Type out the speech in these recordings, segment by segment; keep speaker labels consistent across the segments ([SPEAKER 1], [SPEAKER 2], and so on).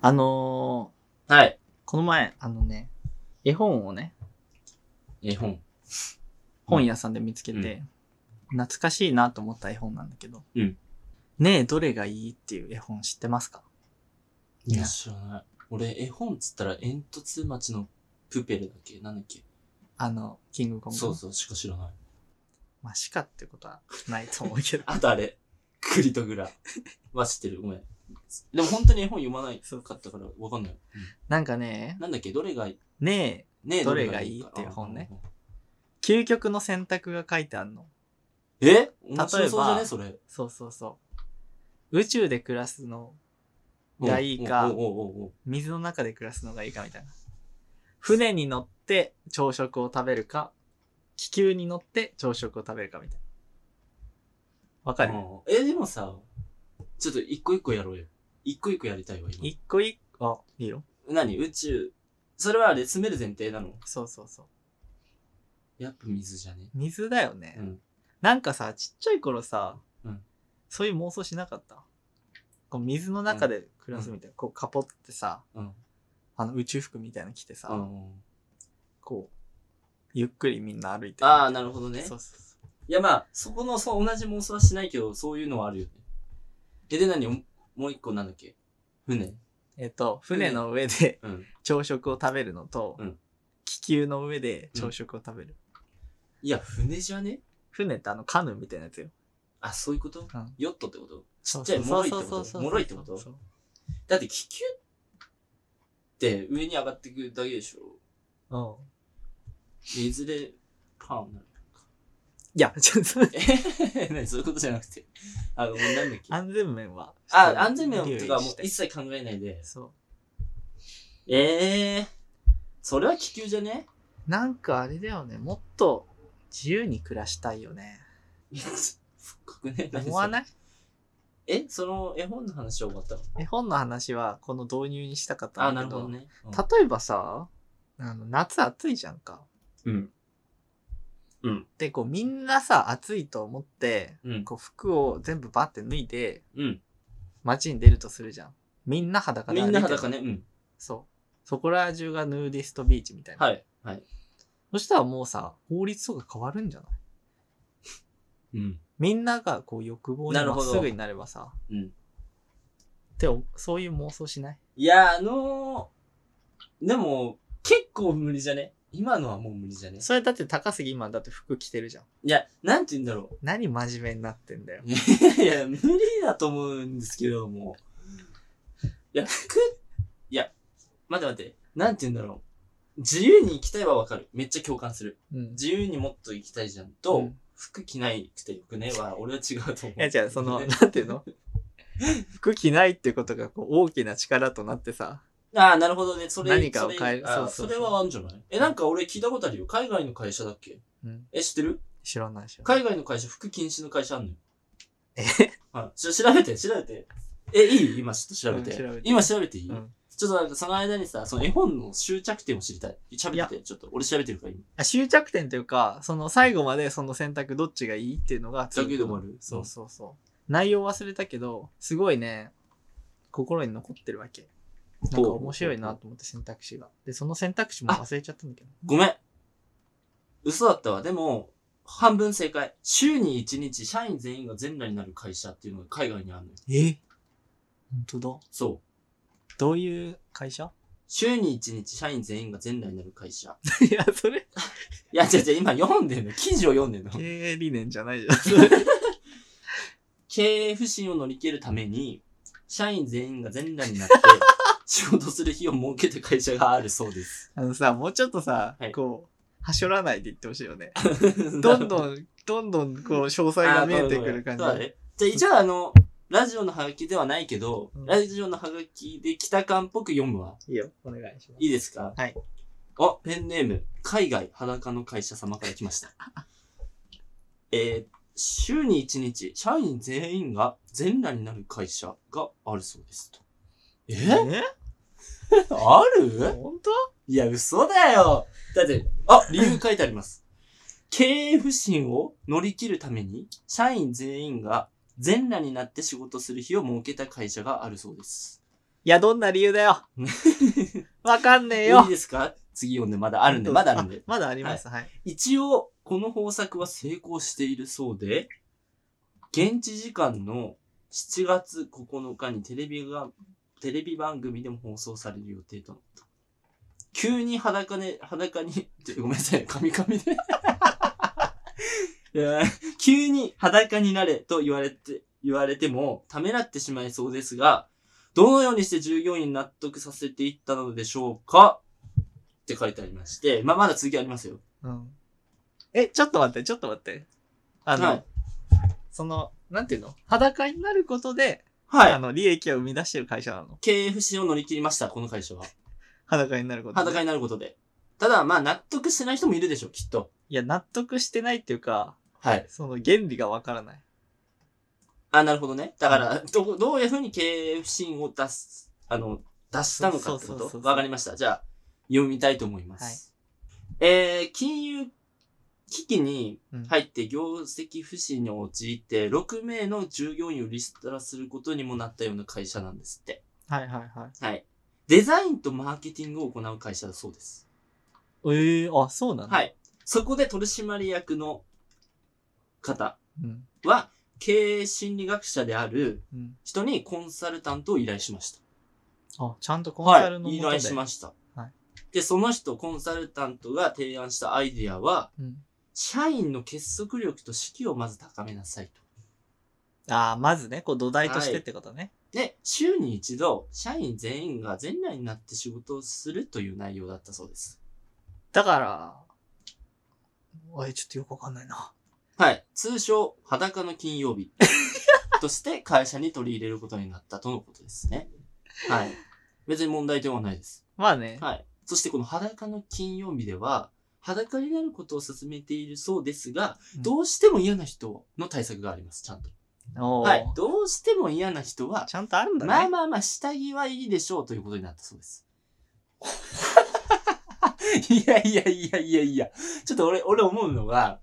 [SPEAKER 1] あの
[SPEAKER 2] はい。
[SPEAKER 1] ーこの前、あのね、絵本をね、
[SPEAKER 2] 絵本。
[SPEAKER 1] 本屋さんで見つけて、懐かしいなと思った絵本なんだけど、
[SPEAKER 2] うん
[SPEAKER 1] ねえ、どれがいいっていう絵本知ってますか
[SPEAKER 2] い
[SPEAKER 1] いや
[SPEAKER 2] や、知らない。俺、絵本っつったら、煙突町のプペルだっけなんだっけ
[SPEAKER 1] あの、キングコング。
[SPEAKER 2] そうそう、しか知らない。。
[SPEAKER 1] まあ、しかってことはないと思うけど
[SPEAKER 2] あとあれ、クリトグラは知ってる。ごめん。でも本当に絵本読まないかったからわかんない。
[SPEAKER 1] なんかね、
[SPEAKER 2] なんだっけどれがいい
[SPEAKER 1] ねえ、
[SPEAKER 2] ね
[SPEAKER 1] どれがいいっていう本ね。究極の選択が書いてあるの。
[SPEAKER 2] どれがいいかえ面白そうじゃ
[SPEAKER 1] 例えば
[SPEAKER 2] ねそれ。
[SPEAKER 1] そうそうそう。宇宙で暮らすの、がいいか
[SPEAKER 2] おうおうおうおう
[SPEAKER 1] 水の中で暮らすのがいいかみたいな。船に乗って朝食を食べるか、気球に乗って朝食を食べるかみたいな。わかる
[SPEAKER 2] うんえ、でもさ、ちょっと一個一個やろうよ。一個一個やりたいわ、今。
[SPEAKER 1] 一個一個、あ、いいよ。
[SPEAKER 2] 何宇宙。それはあれ、詰める前提なの
[SPEAKER 1] そうそうそう。
[SPEAKER 2] やっぱ水じゃね
[SPEAKER 1] 水だよね。
[SPEAKER 2] うん。
[SPEAKER 1] なんかさ、ちっちゃい頃さ、
[SPEAKER 2] うん
[SPEAKER 1] そういう妄想しなかったこう水の中で暮らすみたいな。こうカポってさ、
[SPEAKER 2] うん。
[SPEAKER 1] あの宇宙服みたいなの着てさ、
[SPEAKER 2] うん。
[SPEAKER 1] こう、ゆっくりみんな歩いて
[SPEAKER 2] ああ、なるほどね。
[SPEAKER 1] そうそうそう。
[SPEAKER 2] いやまあ、そこのそう同じ妄想はしないけど、そういうのはあるよね。え、で何ももう一個なんだっけ船
[SPEAKER 1] えっと、船の上で
[SPEAKER 2] うん。
[SPEAKER 1] 朝食を食べるのと、
[SPEAKER 2] うん
[SPEAKER 1] 気球の上で朝食を食べる。
[SPEAKER 2] いや、船じゃね
[SPEAKER 1] 船ってあのカヌーみたいなやつよ。
[SPEAKER 2] あ、そういうこと
[SPEAKER 1] うん
[SPEAKER 2] ヨットってこと
[SPEAKER 1] ち
[SPEAKER 2] っちゃい脆いってこと脆いってことだって気球って上に上がってくだけでしょ
[SPEAKER 1] うん。
[SPEAKER 2] でいずれパーになる。
[SPEAKER 1] いや、ちょっと、
[SPEAKER 2] え何そういうことじゃなくて。あの、なんだっけあ
[SPEAKER 1] 安全面は。
[SPEAKER 2] 安全面とかもう
[SPEAKER 1] 留意
[SPEAKER 2] 一
[SPEAKER 1] して
[SPEAKER 2] 切考えないで。
[SPEAKER 1] そ
[SPEAKER 2] ええー。それは気球じゃね
[SPEAKER 1] う。なんかあれだよね、もっと自由に暮らしたいよね。
[SPEAKER 2] 深くね。
[SPEAKER 1] 思わ
[SPEAKER 2] い
[SPEAKER 1] ない
[SPEAKER 2] え、その絵本の話は終わったの
[SPEAKER 1] 絵本の話はこの導入にしたかった
[SPEAKER 2] あ、
[SPEAKER 1] ん
[SPEAKER 2] な
[SPEAKER 1] だ
[SPEAKER 2] る
[SPEAKER 1] け
[SPEAKER 2] ほ
[SPEAKER 1] ど
[SPEAKER 2] どね。
[SPEAKER 1] 例えばさあの夏暑いじゃんか
[SPEAKER 2] うん。
[SPEAKER 1] でこうみんなさ暑いと思って
[SPEAKER 2] うん。
[SPEAKER 1] こう服を全部バッて脱いで
[SPEAKER 2] うん。
[SPEAKER 1] 街に出るとするじゃんみんな裸で
[SPEAKER 2] み
[SPEAKER 1] 歩い
[SPEAKER 2] ん
[SPEAKER 1] て
[SPEAKER 2] な
[SPEAKER 1] る
[SPEAKER 2] 裸ね。うん。
[SPEAKER 1] そうそこら中がヌーディストビーチみたいな、
[SPEAKER 2] はい。はい。
[SPEAKER 1] そしたらもうさ法律とか変わるんじゃない
[SPEAKER 2] うん。
[SPEAKER 1] みんながこう欲望に
[SPEAKER 2] なる
[SPEAKER 1] ま
[SPEAKER 2] ほ
[SPEAKER 1] っ
[SPEAKER 2] ど
[SPEAKER 1] すぐになればさ
[SPEAKER 2] うん。
[SPEAKER 1] っておそういう妄想しない
[SPEAKER 2] いや、あのー、でも、結構無理じゃね今のはもう無理じゃね
[SPEAKER 1] それだって高杉今だって服着てるじゃん
[SPEAKER 2] いや、なんて言うんだろう。
[SPEAKER 1] 何真面目になってんだよ
[SPEAKER 2] いや、無理だと思うんですけど、もう。いや、服、いや、待って待って。なんて言うんだろう。自由に行きたいはわかる。めっちゃ共感する。
[SPEAKER 1] うん
[SPEAKER 2] 自由にもっと行きたいじゃんと、
[SPEAKER 1] うん
[SPEAKER 2] 服着ないくてよくねは、俺は違うと思う。
[SPEAKER 1] いやじゃあその
[SPEAKER 2] ね
[SPEAKER 1] なんていうの服着ないってことがこう大きな力となってさ
[SPEAKER 2] ああ、なるほどね。それ、
[SPEAKER 1] 何かを変える
[SPEAKER 2] それあー
[SPEAKER 1] そ
[SPEAKER 2] そう
[SPEAKER 1] そうそう
[SPEAKER 2] れはあるんじゃないえ、なんか俺聞いたことあるよ。海外の会社だっけ
[SPEAKER 1] うん
[SPEAKER 2] え、知ってる
[SPEAKER 1] 知らないし
[SPEAKER 2] 海外の会社、服禁止の会社あんのよ。
[SPEAKER 1] え
[SPEAKER 2] はい。ちょ、調べて、調べて。え、いい今ちょっと調べて。
[SPEAKER 1] うん調べて
[SPEAKER 2] 今調べていい、
[SPEAKER 1] うん
[SPEAKER 2] ちょっとなんかその間にさ、その絵本の終着点を知りたい。喋ってて、ちょっと。俺調べてるから今。
[SPEAKER 1] あ終着点というかその最後までその選択どっちがいいっていうのが
[SPEAKER 2] だけでもある。
[SPEAKER 1] そうそうそう内容忘れたけどすごいね心に残ってるわけなんか面白いなと思って選択肢がでその選択肢も忘れちゃったんだけど
[SPEAKER 2] ごめん。嘘だったわ。でも、半分正解。週に1日、社員全員が全裸になる会社っていうのが海外にあるのよ。
[SPEAKER 1] え本当だ
[SPEAKER 2] そう。
[SPEAKER 1] どういう会社
[SPEAKER 2] 週に1日、社員全員が全裸になる会社。
[SPEAKER 1] いやそれ
[SPEAKER 2] いや、違う違う、今読んでんの。記事を読んでんの。
[SPEAKER 1] 経営理念じゃないじゃ ん
[SPEAKER 2] 経営不振を乗り切るために、社員全員が全 裸になって、仕事する日を設けた会社があるそうです。
[SPEAKER 1] あのさもうちょっとさ、
[SPEAKER 2] はい
[SPEAKER 1] こうはしょらないで言ってほしいよねど
[SPEAKER 2] ど
[SPEAKER 1] んどん、どんどん、こう、詳細
[SPEAKER 2] あ
[SPEAKER 1] が
[SPEAKER 2] ー
[SPEAKER 1] 見えてくる感じ。
[SPEAKER 2] そうだね。じゃあ一応あの、ラジオのハガキではないけど、
[SPEAKER 1] うん
[SPEAKER 2] ラジオのハガキで北感っぽく読むわ。
[SPEAKER 1] いいよ、お願いします。
[SPEAKER 2] いいですか
[SPEAKER 1] はい。
[SPEAKER 2] あ、ペンネーム、海外裸の会社様から来ました。 えー、週に1日、社員全員が全裸になる会社があるそうですと。えある
[SPEAKER 1] 本当
[SPEAKER 2] いや、嘘だよ。だって、あ、理由書いてあります。 経営不振を乗り切るために、社員全員が全裸になって仕事する日を設けた会社があるそうです。
[SPEAKER 1] いや、どんな理由だ よ。わかんねえよ。
[SPEAKER 2] いいですか次読んで、まだあるんで、まだあるんで。
[SPEAKER 1] まだあります。はい。
[SPEAKER 2] 一応、この方策は成功しているそうで、現地時間の7月9日にテレビが、テレビ番組でも放送される予定とのこと。急に裸で、裸に、ちょごめんなさい、カミカミで。いや急に裸になれと言われて、言われても、ためらってしまいそうですが、どのようにして従業員に納得させていったのでしょうかって書いてありまして、まあ、まだ続きありますよ。
[SPEAKER 1] うん。え、ちょっと待って、ちょっと待って。あの、
[SPEAKER 2] はい
[SPEAKER 1] その、なんていうの裸になることで、
[SPEAKER 2] はい
[SPEAKER 1] あ。の、利益を生み出してる会社なの。
[SPEAKER 2] KFC を乗り切りました、この会社は。
[SPEAKER 1] 裸になることで。
[SPEAKER 2] 裸になることで。ただ、まあ、納得してない人もいるでしょう、きっと。
[SPEAKER 1] いや、納得してないっていうか、
[SPEAKER 2] はい。
[SPEAKER 1] その原理がわからない。
[SPEAKER 2] あ、なるほどね。だから、ど、どういうふうに KFC を出す、あの、出したのかって
[SPEAKER 1] そうそうそうそ
[SPEAKER 2] こ
[SPEAKER 1] う
[SPEAKER 2] とわかりました。じゃあ、読みたいと思います。えー、金融危機に
[SPEAKER 1] うん
[SPEAKER 2] 入って業績不振に陥って、6名の従業員をリストラすることにもなったような会社なんですって。
[SPEAKER 1] はいはいはい。
[SPEAKER 2] はい。デザインとマーケティングを行う会社だそうです。
[SPEAKER 1] ええあ、そうなんだ。。
[SPEAKER 2] はいい。そこで取締役の方
[SPEAKER 1] うん。
[SPEAKER 2] は、経営心理学者である
[SPEAKER 1] うん。
[SPEAKER 2] 人にコンサルタントを依頼しました。
[SPEAKER 1] あ、ちゃんとコンサルの
[SPEAKER 2] はい。
[SPEAKER 1] も
[SPEAKER 2] 依
[SPEAKER 1] とで、
[SPEAKER 2] 頼しました。
[SPEAKER 1] はい
[SPEAKER 2] で、その人、コンサルタントが提案したアイディアは、
[SPEAKER 1] うん。
[SPEAKER 2] 社員の結束力と士気をまず高めなさいと。
[SPEAKER 1] ああ、まずね、こう土台としてってことね。
[SPEAKER 2] で、週に一度、社員全員が全裸になって仕事をするという内容だったそうです。
[SPEAKER 1] だから、おい、ちょっとよくわかんないな。
[SPEAKER 2] はい。通称、裸の金曜日 として会社に取り入れることになったとのことですね。はい。別に問題点はないです。
[SPEAKER 1] まあね。
[SPEAKER 2] はい。そしてこの裸の金曜日では、裸になることを勧めているそうですが、
[SPEAKER 1] うん
[SPEAKER 2] どうしても嫌な人の対策があります、ちゃんと。
[SPEAKER 1] おー
[SPEAKER 2] はい。どうしても嫌な人は、
[SPEAKER 1] ちゃんとあるんだね。
[SPEAKER 2] まあまあまあ、下着はいいでしょうということになったそうです。いやいやいやいやいや。ちょっと俺、俺思うのは、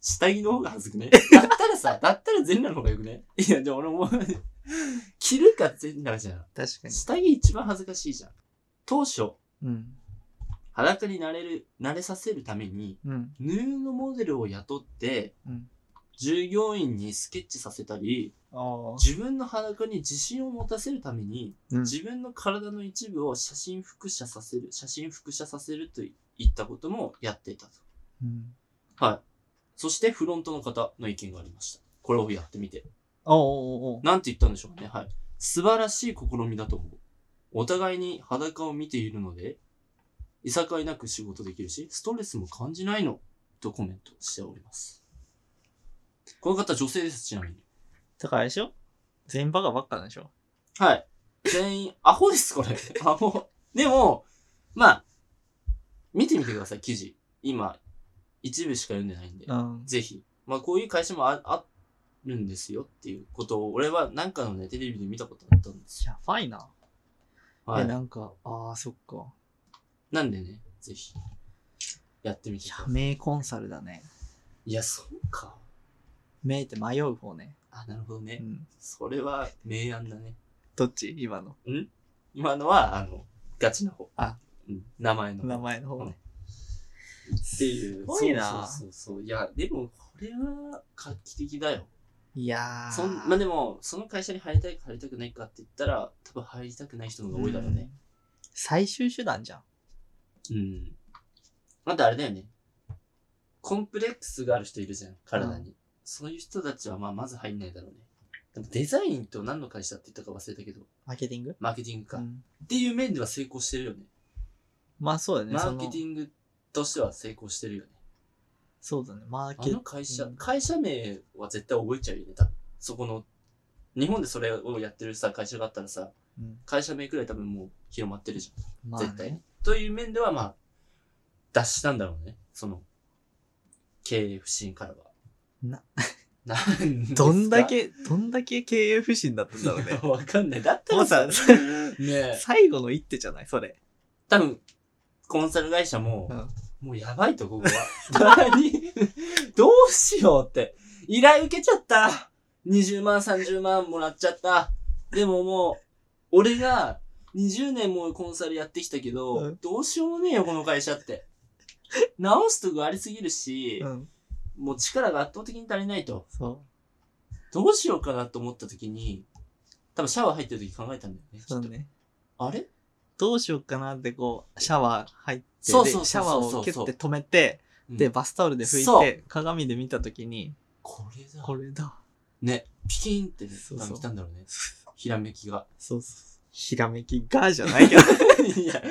[SPEAKER 2] 下着の方が恥ず くね。だったらさ、だったら全裸の方がよくね。いや、でも俺思う。着るか全裸じゃん。
[SPEAKER 1] 確かに。
[SPEAKER 2] 下着一番恥ずかしいじゃん。当初、
[SPEAKER 1] うん。
[SPEAKER 2] 裸になれる、慣れさせるために、
[SPEAKER 1] うん。
[SPEAKER 2] ヌードモデルを雇って、
[SPEAKER 1] うん
[SPEAKER 2] 従業員にスケッチさせたり、
[SPEAKER 1] ああ。
[SPEAKER 2] 自分の裸に自信を持たせるために、
[SPEAKER 1] うん。
[SPEAKER 2] 自分の体の一部を写真複写させる、写真複写させるといったこともやっていたと。
[SPEAKER 1] うん
[SPEAKER 2] はい。そしてフロントの方の意見がありました。これをやってみて。
[SPEAKER 1] おーおーおー
[SPEAKER 2] なんて言ったんでしょうかね。はい。素晴らしい試みだと思う。お互いに裸を見ているので、いさかいなく仕事できるし、ストレスも感じないの、とコメントしております。この方女性です、ちなみに。
[SPEAKER 1] だからあれでしょ全員バカばっかなんでしょ
[SPEAKER 2] はい。全員、アホです、これ。 アホ。でも、まあ、見てみてください、記事。今、一部しか読んでないんで。
[SPEAKER 1] うん。
[SPEAKER 2] ぜひ。まあ、こういう会社もああるんですよっていうことを、俺はなんかのね、テレビで見たことあったんですよ。
[SPEAKER 1] やばいな。
[SPEAKER 2] はい
[SPEAKER 1] え、。なんか、ああ、そっか。
[SPEAKER 2] なんでね、ぜひ、やってみてくだ
[SPEAKER 1] 社
[SPEAKER 2] さい。
[SPEAKER 1] 名コンサルだね。
[SPEAKER 2] いや、そうか。
[SPEAKER 1] 名って迷う方ね。
[SPEAKER 2] あ、なるほど
[SPEAKER 1] う
[SPEAKER 2] ね。
[SPEAKER 1] ん。
[SPEAKER 2] それは、明暗だね。
[SPEAKER 1] どっち今の。
[SPEAKER 2] 今のは、あの、ガチの方。
[SPEAKER 1] あ
[SPEAKER 2] うん、名前の方。
[SPEAKER 1] 名前の方ね。
[SPEAKER 2] っていう。
[SPEAKER 1] すごいな
[SPEAKER 2] そうそうそうそう。いや、でも、これは画期的だよ。
[SPEAKER 1] いやー。
[SPEAKER 2] そんまあでも、その会社に入りたいか入りたくないかって言ったら、多分入りたくない人の方が多いだろうね。
[SPEAKER 1] ん。最終手段じゃん。
[SPEAKER 2] うん。またあれだよね。コンプレックスがある人いるじゃん、体に。そういう人たちは、まあ、まず入んないだろうね。でもデザインと何の会社って言ったか忘れたけど、
[SPEAKER 1] マーケティング
[SPEAKER 2] マーケティングか。
[SPEAKER 1] う
[SPEAKER 2] っ
[SPEAKER 1] ん
[SPEAKER 2] ていう面では成功してるよね。
[SPEAKER 1] まあそうだね。
[SPEAKER 2] マ
[SPEAKER 1] そ
[SPEAKER 2] ー
[SPEAKER 1] の
[SPEAKER 2] ケティングとしては成功してるよね。
[SPEAKER 1] そうだね。マー
[SPEAKER 2] あ
[SPEAKER 1] ケ
[SPEAKER 2] の会社、
[SPEAKER 1] うん
[SPEAKER 2] 会社名は絶対覚えちゃうよね、多分。そこの、日本でそれをやってるさ、会社があったらさ、
[SPEAKER 1] うん
[SPEAKER 2] 会社名くらい多分もう広まってるじゃ
[SPEAKER 1] ま
[SPEAKER 2] ん。
[SPEAKER 1] あね
[SPEAKER 2] 絶対、という面では、まあ、脱したんだろうね。その、経営不振からは。
[SPEAKER 1] な、
[SPEAKER 2] なんですか
[SPEAKER 1] どんだけ、どんだけ経営不振だったんだろう
[SPEAKER 2] い や
[SPEAKER 1] ね。
[SPEAKER 2] わかんない。だった
[SPEAKER 1] も
[SPEAKER 2] ら
[SPEAKER 1] うさ
[SPEAKER 2] さ、ねえ
[SPEAKER 1] 最後の一手じゃないそれ。
[SPEAKER 2] 多分、コンサル会社も、
[SPEAKER 1] うん
[SPEAKER 2] もうやばいと、ここは。何 どうしようって。依頼受けちゃった。20万、30万もらっちゃった。でもも俺が20年もコンサルやってきたけど、
[SPEAKER 1] うん
[SPEAKER 2] どうしようもねえよ、この会社って。直すとこありすぎるし、
[SPEAKER 1] うん。
[SPEAKER 2] もう力が圧倒的に足りないと。
[SPEAKER 1] そ
[SPEAKER 2] どうしようかなと思った時に、多分シャワー入ってる時考えたんだよね。
[SPEAKER 1] う。
[SPEAKER 2] きっ
[SPEAKER 1] そ
[SPEAKER 2] と
[SPEAKER 1] うね。
[SPEAKER 2] あれ
[SPEAKER 1] どうしようかなってこう、シャワー入って、でシ
[SPEAKER 2] そうそうそうそう
[SPEAKER 1] ャワーをキュッて止めて、
[SPEAKER 2] うん
[SPEAKER 1] で、バスタオルで拭
[SPEAKER 2] そ
[SPEAKER 1] いて、鏡で見たときに、
[SPEAKER 2] これだ。
[SPEAKER 1] これだ。
[SPEAKER 2] ね、ピキーンってね、
[SPEAKER 1] そう
[SPEAKER 2] 多
[SPEAKER 1] そう
[SPEAKER 2] 分来たんだろうね。ひらめきが。
[SPEAKER 1] そうそう。ひらめきがじゃないけど。
[SPEAKER 2] いや、